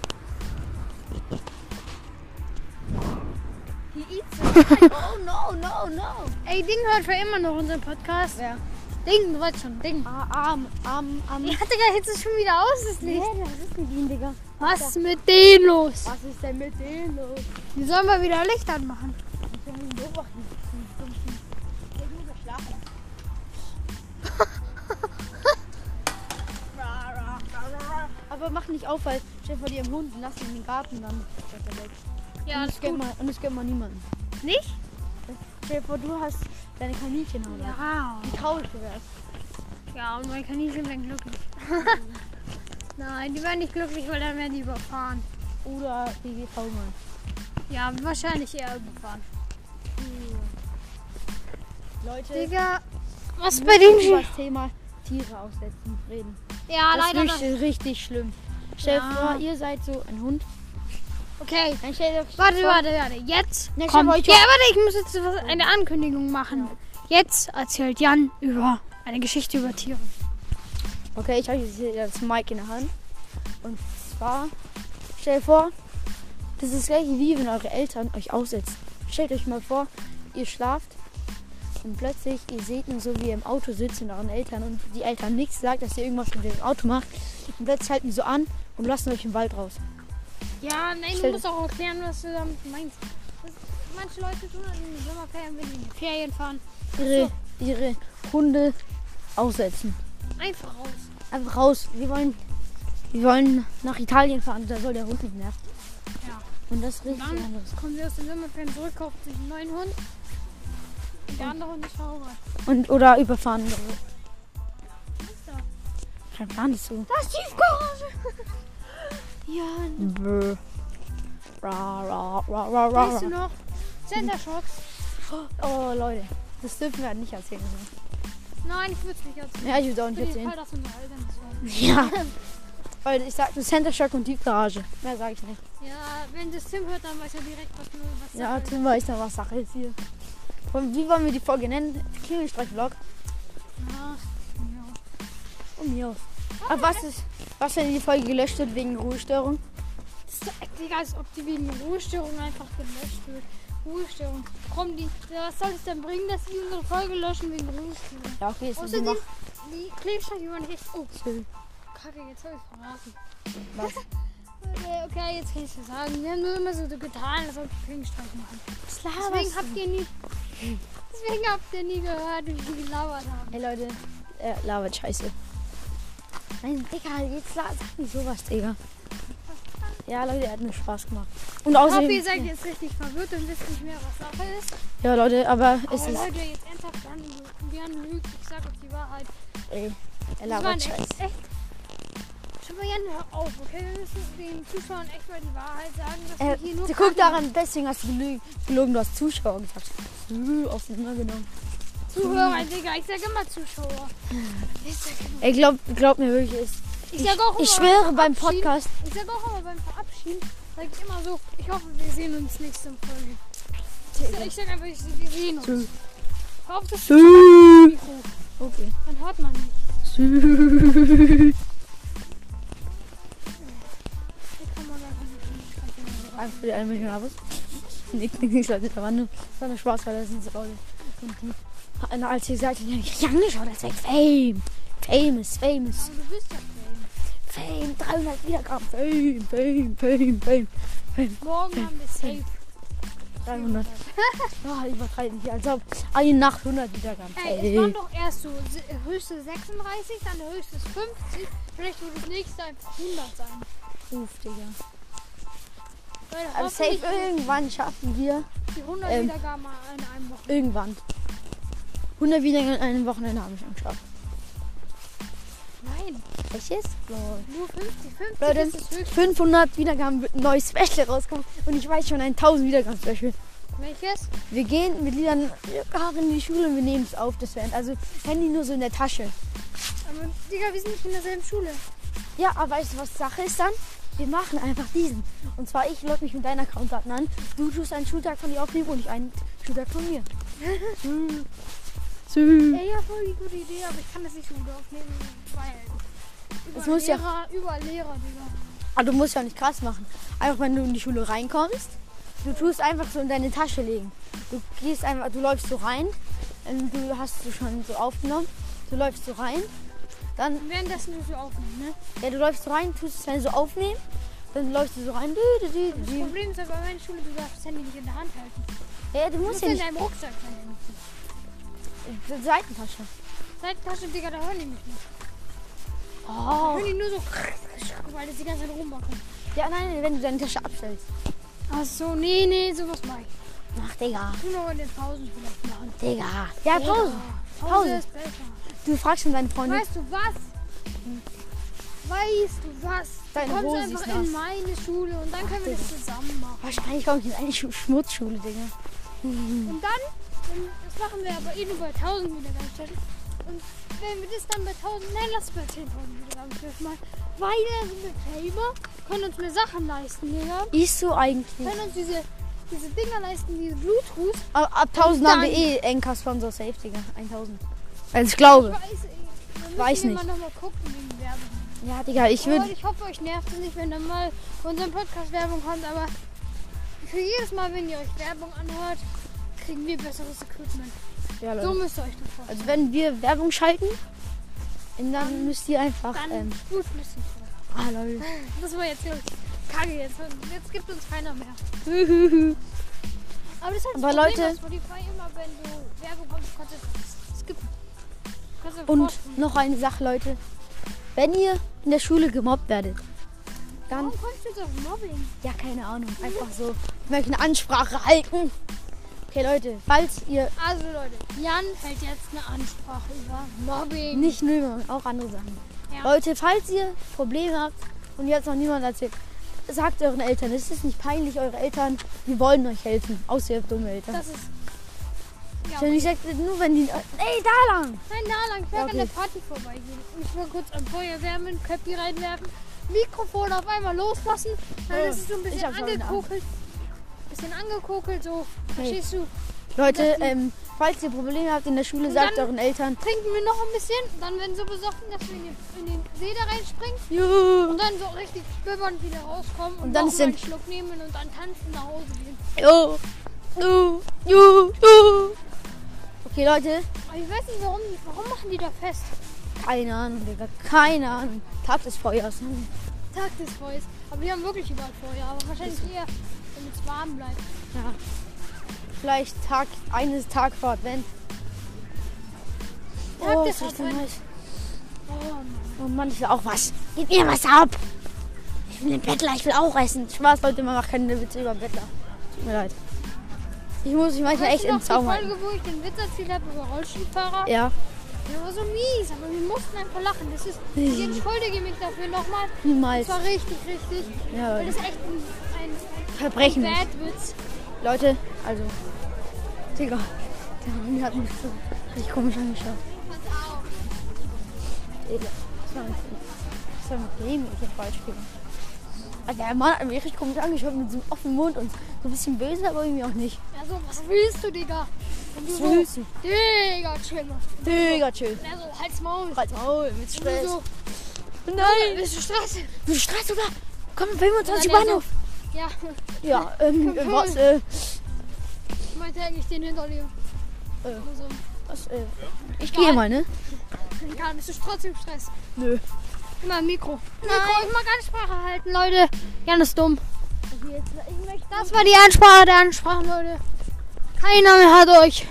He eats it. oh no, no, no.
ey, Ding hört für immer noch unseren Podcast.
Wer?
Ding, du weißt schon, Ding.
Ah, arm, arm, arm.
Ja, Digga, jetzt ist schon wieder aus, das Licht.
was ist mit ihm, Digga?
Was mit denen los?
Was ist denn mit dem los?
Die sollen mal wieder Licht anmachen.
Ich kann ihn beobachten. Ich muss ja schlafen. Aber mach nicht auf, weil stell vor dir einen Hund und lass ihn in den Garten, dann ist er weg.
Ja,
und es gönnt man, und es gönnt man niemanden.
Nicht?
Stell dir vor, du hast deine Kaninchen oder
Ja.
die traurig gewesen.
Ja, und meine Kaninchen werden glücklich. Nein, die werden nicht glücklich, weil dann werden die überfahren.
Oder BGV mal.
Ja, wahrscheinlich eher überfahren.
Leute,
Digga, was
wir
bei
müssen
dem
über
Schiff?
das Thema Tiere aussetzen reden.
Ja,
das
Ah, leider
ist
noch.
richtig, richtig schlimm. Stell dir
Ja.
vor, ihr seid so ein Hund.
Okay,
Dann stell dir
warte,
vor,
warte, warte. Jetzt
Na, ich
kommt...
hab euch
Ja,
doch-
warte, ich muss jetzt was- eine Ankündigung machen. Jetzt erzählt Jan über eine Geschichte über Tiere.
Okay, ich habe jetzt hier das Mic in der Hand. Und zwar, stell dir vor, das ist das gleiche wie wenn eure Eltern euch aussetzen. Stellt euch mal vor, ihr schlaft und plötzlich, ihr seht nur so, wie ihr im Auto sitzt mit euren Eltern und die Eltern nichts sagt, dass ihr irgendwas mit dem Auto macht. Und plötzlich halten die so an und lassen euch im Wald raus.
Ja, nein, du
Stell-
musst auch erklären, was du damit meinst. Das, manche Leute tun das in den Sommerferien, wenn die in die Ferien fahren.
Ihre, ihre Hunde aussetzen.
Einfach raus.
Einfach raus. Wir wollen, wir wollen nach Italien fahren, da soll der Hund nicht nerven.
Ja.
Und das ist richtig
Dann-
anders.
Kommen sie aus den Sommerferien zurück, kaufen sich einen neuen Hund. Und der andere Hund ist verhungert.
Und, oder überfahren.
ist da?
Kein Plan ist so.
Das ist Tiefgarage.
Ja. Bäh. Ra, ra, ra, ra, ra,
Weißt du
ra.
noch? Center Shocks.
Oh, Leute. Das dürfen wir halt nicht erzählen. so.
Nein, ich würde es nicht erzählen.
Ja, ich würde auch nicht
Für den Fall,
erzählen.
dass unsere Eltern das hören.
Ja. Leute, ich sag nur Center Shock und Tiefgarage. Mehr sage ich nicht.
Ja, wenn das Tim hört, dann weiß er direkt, was du was
Ja,
Sache ist.
Tim weiß dann, was Sache ist hier. Und wie wollen wir die Folge nennen? Klingelstreich-Vlog.
Ach, ja.
Und mir aus. Aber was ist, was wenn die Folge gelöscht wird wegen Ruhestörung?
Das ist doch, Digga, als ob die wegen Ruhestörung einfach gelöscht wird. Ruhestörung. Komm, die, ja, was soll es denn bringen, dass die unsere Folge löschen wegen Ruhestörung?
Ja, okay, ist so
Außerdem,
gemacht.
die Klebstoff, die waren echt. Oh,
Schön.
Kacke, jetzt habe ich verraten.
Was?
okay, okay, jetzt kann ich dir sagen. Wir haben nur immer so getan, als ob wir Klingelstreich machen. Deswegen habt ihr nie. Deswegen habt ihr nie gehört, wie wir gelabert haben.
Ey Leute, äh, labert scheiße. Nein, Digga, jetzt la- sag nicht sowas, Digga. Ja, Leute, er hat mir Spaß gemacht. Und
Ich hoffe, ihr
außerdem,
seid jetzt richtig verwirrt und wisst nicht mehr, was Sache ist.
ja Leute, aber es
Aber
ist,
Oh, Leute, jetzt ernsthaft Jan Jan lügt. Ich sag euch die Wahrheit.
ey, er
Das waren
labert
echt,
scheiße.
echt. Schau mal, Jan, hör auf, okay? Wir müssen den Zuschauern echt mal die Wahrheit sagen, dass
Er,
wir hier nur.
du guck
Kacke
daran, deswegen hast du gelü- gelogen, du hast Zuschauer gesagt. Äh, Auseinandergenommen.
Zuhörer, Digga. Ich sag immer Zuschauer. Ich sag,
Ey, glaub, glaub mir wirklich, es-
ich sag auch
ich
immer.
schwöre beim
Oh, Abschied.
Podcast,
Ich sag auch immer beim Verabschieden, sag ich immer so, ich hoffe, wir sehen uns nächste Folge. Ich sag, ich sag einfach, ich, wir sehen uns.
Tschüss.
Hör auf das
Tschüss.
Mikro,
okay.
dann hört man nicht. Da kann man gar nicht mehr
Danke für die 1 Million Abos. Nick, nick, nick, Leute, da war nur, das war nur Spaß, weil das sind so Leute. Und die, und als ich sagte, die haben mich angeschaut, das sagt Fame. Famous, famous,
Aber Also, du bist ja Fame.
Fame, 300 Wiedergaben, Fame, Fame, Fame, Fame,
Morgen haben wir safe.
300. Ah, übertreiben hier, als ob eine Nacht 100 Wiedergaben.
Ey, es waren doch erst so se- höchste 36, dann höchstes 50. Vielleicht wird das nächste einfach 100 sein.
Ruf, Digga.
Weil
Aber safe,
hoffentlich
irgendwann schaffen wir,
die 100
ähm,
Wiedergaben in einem Wochenende.
irgendwann. 100 Wiedergaben in einem Wochenende habe ich schon geschafft.
Nein,
Welches? So.
Nur 50, 50
Leute,
ist das höchste.
500 Wiedergaben wird ein neues Special rauskommen. Und ich weiß schon, ein 1000 Wiedergaben Special.
Welches?
Wir gehen mit Lilan Haaren in die Schule und wir nehmen es auf. Das wäre also Handy nur so in der Tasche.
Aber, Digga, wir sind nicht in derselben Schule.
Ja, aber weißt du, was Sache ist dann? Wir machen einfach diesen. Und zwar, ich logge mich mit deinen Accountdaten an. Du tust einen Schultag von dir aufnehmen und ich einen Schultag von mir. Hm. Hm.
Ey, ja, voll die gute Idee, aber ich kann das nicht so gut aufnehmen, weil. Überall
Das muss ja-
Lehrer, überall Lehrer, Digga.
Aber Ah, du musst ja nicht krass machen. Einfach, wenn du in die Schule reinkommst, du tust einfach so in deine Tasche legen. Du gehst einfach, du läufst so rein. ähm, Du hast du schon so aufgenommen. Du läufst so rein. Dann
Und währenddessen dürfen wir aufnehmen, ne?
Ja, du läufst rein, tust es dann so aufnehmen, dann läufst du so rein. Dü, dü, dü,
Das
dü.
Problem ist aber bei meiner Schule, du darfst das Handy nicht in der Hand halten.
Ja, du
Du
musst
musst
ja
in
nicht.
deinem Rucksack sein. Handy.
Die Seitentasche.
Seitentasche, Digga, da hören die mich nicht.
Oh.
Hören die nur so, weil das die ganze Zeit rummachen.
Ja, nein, wenn du deine Tasche abstellst.
Ach so, nee, nee, sowas mach ich.
Mach, Digga.
Tu noch in den Pausen vielleicht machen.
Digga. Ja, Pause.
Pause,
Pause.
ist besser.
Du fragst schon deine Freunde.
Weißt du was? Weißt du was?
Deine
du kommst
Hose ist
einfach in
nass.
meine Schule und dann können wir das zusammen machen.
Wahrscheinlich komme ich in eine Schu- Schmutzschule, Digga.
Und dann, wenn, das machen wir aber eh nur bei 1000 Wiedergabenstellen. Und wenn wir das dann bei 1000, nein, lass es bei 10.000 Wiedergabenstellen machen. Weil da sind wir Gamer, können uns mehr Sachen leisten, Digga.
Ist so eigentlich.
Können uns diese, diese Dinger leisten, diese Bluetooth.
Ab, ab 1000 Ah, haben wir
Dann-
eh Enker Sponsor Safe, Digga. 1000. Also ich glaube.
Weiß, ich, dann müssen
Weiß
wir
nicht.
mal nochmal gucken wegen Werbung.
Ja, Digga, ich
Und
würde.
ich hoffe, euch nervt es nicht, wenn dann mal bei unserem Podcast Werbung kommt, aber für jedes Mal, wenn ihr euch Werbung anhört, kriegen wir besseres Equipment.
Ja,
So
Leute.
müsst ihr euch das vorstellen.
Also wenn wir Werbung schalten, dann müsst ihr einfach.
Dann
Ähm,
gut müssen wir.
ah, lol.
Das war jetzt, glaube ich, kacke. Jetzt, jetzt gibt uns keiner mehr. Aber das ist halt das
Aber
Problem
Leute-
bei Spotify immer, wenn du Werbung kommst, kannst du es skippen. Kannst du
Und
fortfahren.
noch eine Sache, Leute. Wenn ihr in der Schule gemobbt werdet, dann,
Warum kommst du jetzt auf Mobbing?
ja, keine Ahnung, einfach so. Ich möchte eine Ansprache halten. Okay, Leute, falls ihr
Also Leute, Jan hält jetzt eine Ansprache über Mobbing.
nicht nur, auch andere Sachen.
Ja.
Leute, falls ihr Probleme habt und jetzt noch niemand erzählt, sagt euren Eltern, es ist nicht peinlich, eure Eltern, die wollen euch helfen, außer ihr habt dumme Eltern.
Das ist... Ja,
Denn ich sag nur, wenn die, ey, da lang!
nein, da lang. Ich werde
Ja, okay.
an der Party vorbeigehen. Mich mal kurz am Feuer wärmen, Köppi reinwerfen, Mikrofon auf einmal loslassen. Dann
Oh,
ist es so ein bisschen
hab's auch in der Hand.
angekokelt. Bisschen angekokelt, so. Verstehst du?
Leute, ähm, falls ihr Probleme habt in der Schule,
Und
sagt
dann-
euren Eltern,
trinken wir noch ein bisschen, dann werden so besoffen, dass wir in den, in den See da reinspringen
juhu!
und dann so richtig schwimmernd wieder rauskommen und,
Und dann
noch
ist
mal
der-
einen Schluck nehmen und dann tanzen nach Hause gehen.
Jo. Jo. Jo. Jo. Okay, Leute.
Aber ich weiß nicht, warum, warum machen die da fest?
Keine Ahnung, Digga. Keine Ahnung. Tag des Feuers. ne?
Tag des Feuers. Aber die haben wirklich überall Feuer, aber wahrscheinlich eher, damit es warm bleibt.
Ja. Vielleicht Tag, eines Tag vor Advent.
Tag
oh,
des
es riecht so
Advent.
nice.
Oh Mann.
Oh Mann, ich will auch was. Gib mir was ab. Ich bin ein Bettler, ich will auch essen. Spaß, Leute, man macht keine Witze über Bettler. Tut mir leid. Ich muss mich manchmal
Weißt
echt
du noch
im Zaum
die
halten.
Folge, wo ich den Witz erzählt habe über Rollstuhlfahrer?
Ja.
Der war so mies, aber wir mussten einfach lachen. Das ist, ich entschuldige mich dafür nochmal.
Niemals.
Das war richtig, richtig.
Ja.
Weil das ist echt ein, ein
Verbrechen.
Bad-Witz.
Leute, also. Digga, der Mann hat mich so richtig komisch angeschaut.
Pass auf.
Digga, was war mit dem? Was war mit dem? Ich hab falsch gemacht. Also der Mann hat mich richtig komisch angeschaut mit so einem offenen Mund und so ein bisschen böse, aber irgendwie auch nicht.
Also, was willst du, Digga? Wenn du
Was
so,
willst du?
Digga, chill mal.
Digga, chill.
Also, halt's Maul.
Halt's Maul, mit
Wenn du
Stress.
so,
Nein!
bist du Stress?
Du Stress, oder? Komm, 25
Nein, der
Bahnhof.
Ja,
Ja, ähm, äh, was, äh,
ich meinte eigentlich den hinter dir.
Äh.
Also,
was, äh. Ich gehe mal, ne?
egal, bist du trotzdem Stress?
Nö.
Immer im Mikro. Mikro, ich mag Ansprache halten, Leute. Jan ist dumm. Das war die Ansprache der Ansprachen, Leute. Keiner mehr hat euch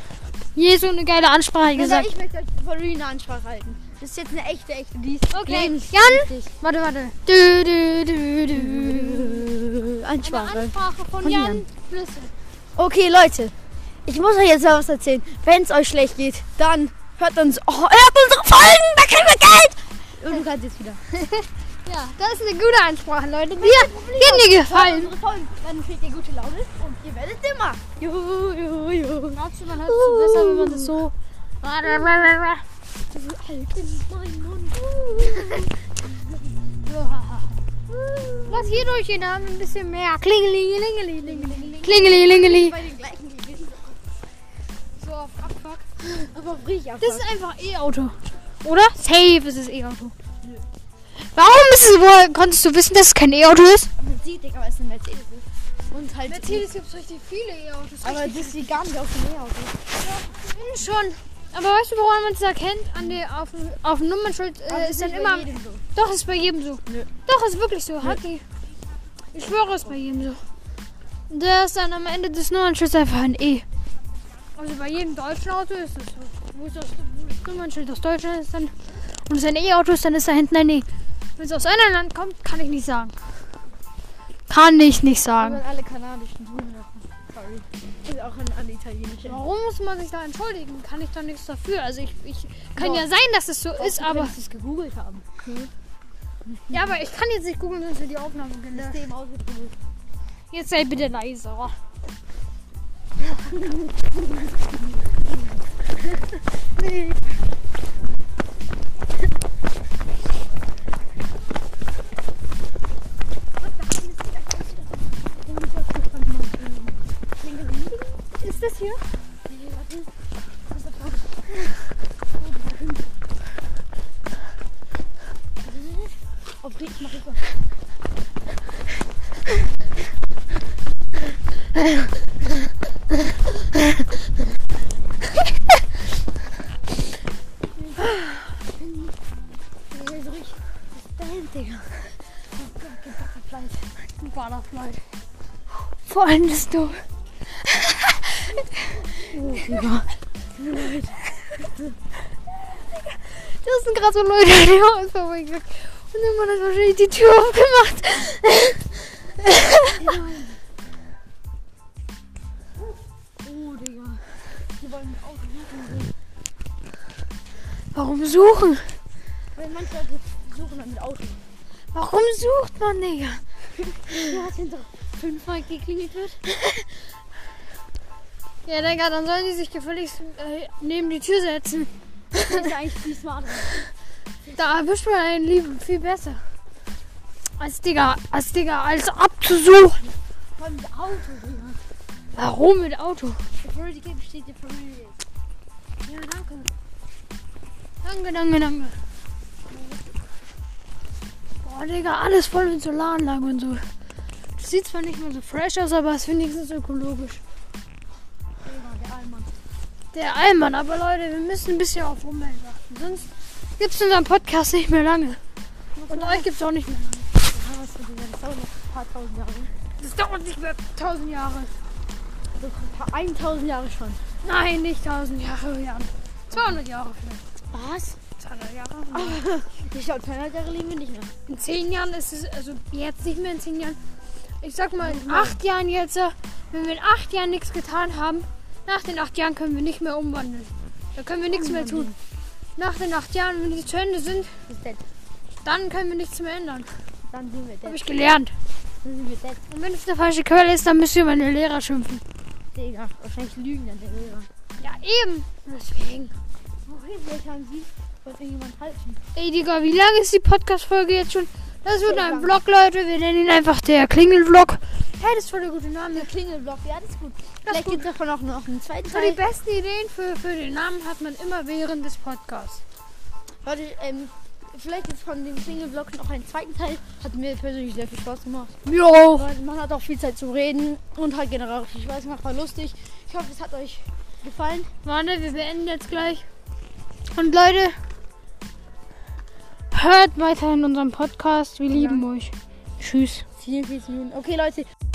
je so eine geile Ansprache gesagt.
ich möchte euch von Rina Ansprache halten. Das ist jetzt eine echte, echte, die ist
Okay,
lebenswichtig.
Warte, warte. Du, du, du, du.
Äh,
Eine
Ansprache.
Ansprache von
Von
Jan
Jan.
Flüssel.
Okay, Leute, ich muss euch jetzt mal was erzählen. Wenn es euch schlecht geht, dann hört uns, oh, hört unsere Folgen, da kriegen wir Geld. Und du kannst jetzt wieder.
Ja, das ist eine gute Ansprache, Leute. Die hat die hat mir gefallen.
Unsere Folgen, dann kriegt ihr gute Laune und ihr werdet dümmer. Juhu, juhu, juhu.
Glaubst du, man hört es so besser, wenn man das so... Lass hier durch den Namen ein bisschen mehr. Klingeli, lingeli, lingeli. Klingeli, lingeli.
Bei den gleichen gewesen.
So auf Abfuck.
Aber richtig
Das ist einfach E-Auto. Oder? Safe ist es E-Auto. Warum ist es, woher konntest du wissen, dass es kein E-Auto ist?
Man sieht, Digga, weil es ein Mercedes ist. Und halt.
gibt es richtig viele E-Autos.
Aber das sieht gar nicht aus dem Meer aus.
schon. Aber weißt du, woran man es erkennt? An die, auf, dem- auf dem Nummernschild
Also
äh, ist dann immer. Doch, ist bei jedem so.
Nö.
Doch, ist wirklich so. Hat die. Ich schwöre, ist bei jedem so. Da ist dann am Ende des Nummernschilds einfach ein E. Also bei jedem deutschen Auto ist es so. Wo es aus- wo das Nummernschild aus Deutschland ist, dann. Und es ein E-Auto ist, dann ist da hinten ein E. Wenn es aus einem Land kommt, kann ich nicht sagen. Kann ich nicht sagen.
Aber alle kanadischen Hunde. Sorry. Ist auch an, an italienische.
Warum muss man sich da entschuldigen? Kann ich doch nichts dafür. Also ich, ich kann
Doch.
ja sein, dass es so ist, aber
es gegoogelt haben.
ja, aber ich kann jetzt nicht googeln, sonst wird die Aufnahme gelöscht.
System ausgedrückt.
Jetzt sei bitte leiser. Ist das hier?
Auf dich mach ich
Butterfly. Vor allem das du. Das sind gerade so Leute, die haben uns vorbeigegangen. Und dann hat das wahrscheinlich die Tür aufgemacht.
Oh, Digga. Die wollen auch
Warum suchen?
Weil manche Leute suchen dann mit Auto.
Warum sucht man, Digga?
Du hast hinter fünfmal geklingelt wird.
Ja, Digga, dann sollen die sich gefälligst äh, neben die Tür setzen.
Das ist eigentlich viel smarter.
Da erwischt man einen Lieben viel besser. Als Digga, als Digga, als abzusuchen.
Vor allem mit Auto, Digga.
Warum mit Auto?
Security Gate besteht der Familie.
Ja, danke. Danke, danke, danke. Boah, Digga, alles voll mit Solaranlagen und so. Das sieht zwar nicht mehr so fresh aus, aber ist wenigstens ökologisch.
Digga, der Allmann.
Der Allmann, aber Leute, wir müssen ein bisschen auf Umwelt achten. Sonst gibt es unseren Podcast nicht mehr lange. Und euch gibt es auch nicht mehr lange.
Ja, was für Digga, das dauert noch ein paar tausend Jahre.
Das dauert nicht mehr tausend Jahre.
So ein paar 1000 Jahre schon.
Nein, nicht tausend Jahre, Jan. 200 Jahre vielleicht.
Was?
200 Jahre.
Ich glaube, 200 Jahre leben wir nicht mehr.
In zehn Jahren ist es, also jetzt nicht mehr in zehn Jahren. Ich sag mal, in acht Jahren jetzt, äh, wenn wir in acht Jahren nichts getan haben, nach den acht Jahren können wir nicht mehr umwandeln. Da können wir nichts mehr tun. Nach den acht Jahren, wenn die zu Ende sind,
Das ist dead.
dann können wir nichts mehr ändern.
Dann sind wir
Habe
dead.
ich gelernt.
Dann sind wir dead.
Und wenn es eine falsche Quelle ist, dann müsst ihr meine Lehrer schimpfen.
Digga. Wahrscheinlich lügen dann der Lehrer.
Ja, eben. Deswegen.
Okay, vielleicht haben sie von irgendjemand halten.
Ey, Digga, wie lange ist die Podcast-Folge jetzt schon? Das wird
Sehr
ein
lang.
Vlog, Leute. Wir nennen ihn einfach der Klingel-Vlog. Hey, das ist voll der gute Name.
Der Klingelblock, ja, das ist gut.
ist
vielleicht gibt es davon auch noch einen zweiten
So die
Teil.
besten Ideen für, für den Namen hat man immer während des Podcasts.
Leute, ähm, vielleicht gibt es von dem Klingelblock noch einen zweiten Teil. Hat mir persönlich sehr viel Spaß gemacht.
Jo.
Weil Man hat auch viel Zeit zu reden und halt generell auch viel Spaß gemacht. War lustig. Ich hoffe, es hat euch gefallen.
Warte, wir beenden jetzt gleich. Und Leute, hört weiter in unserem Podcast. Wir lieben euch. Tschüss.
44 Minuten. Okay, Leute,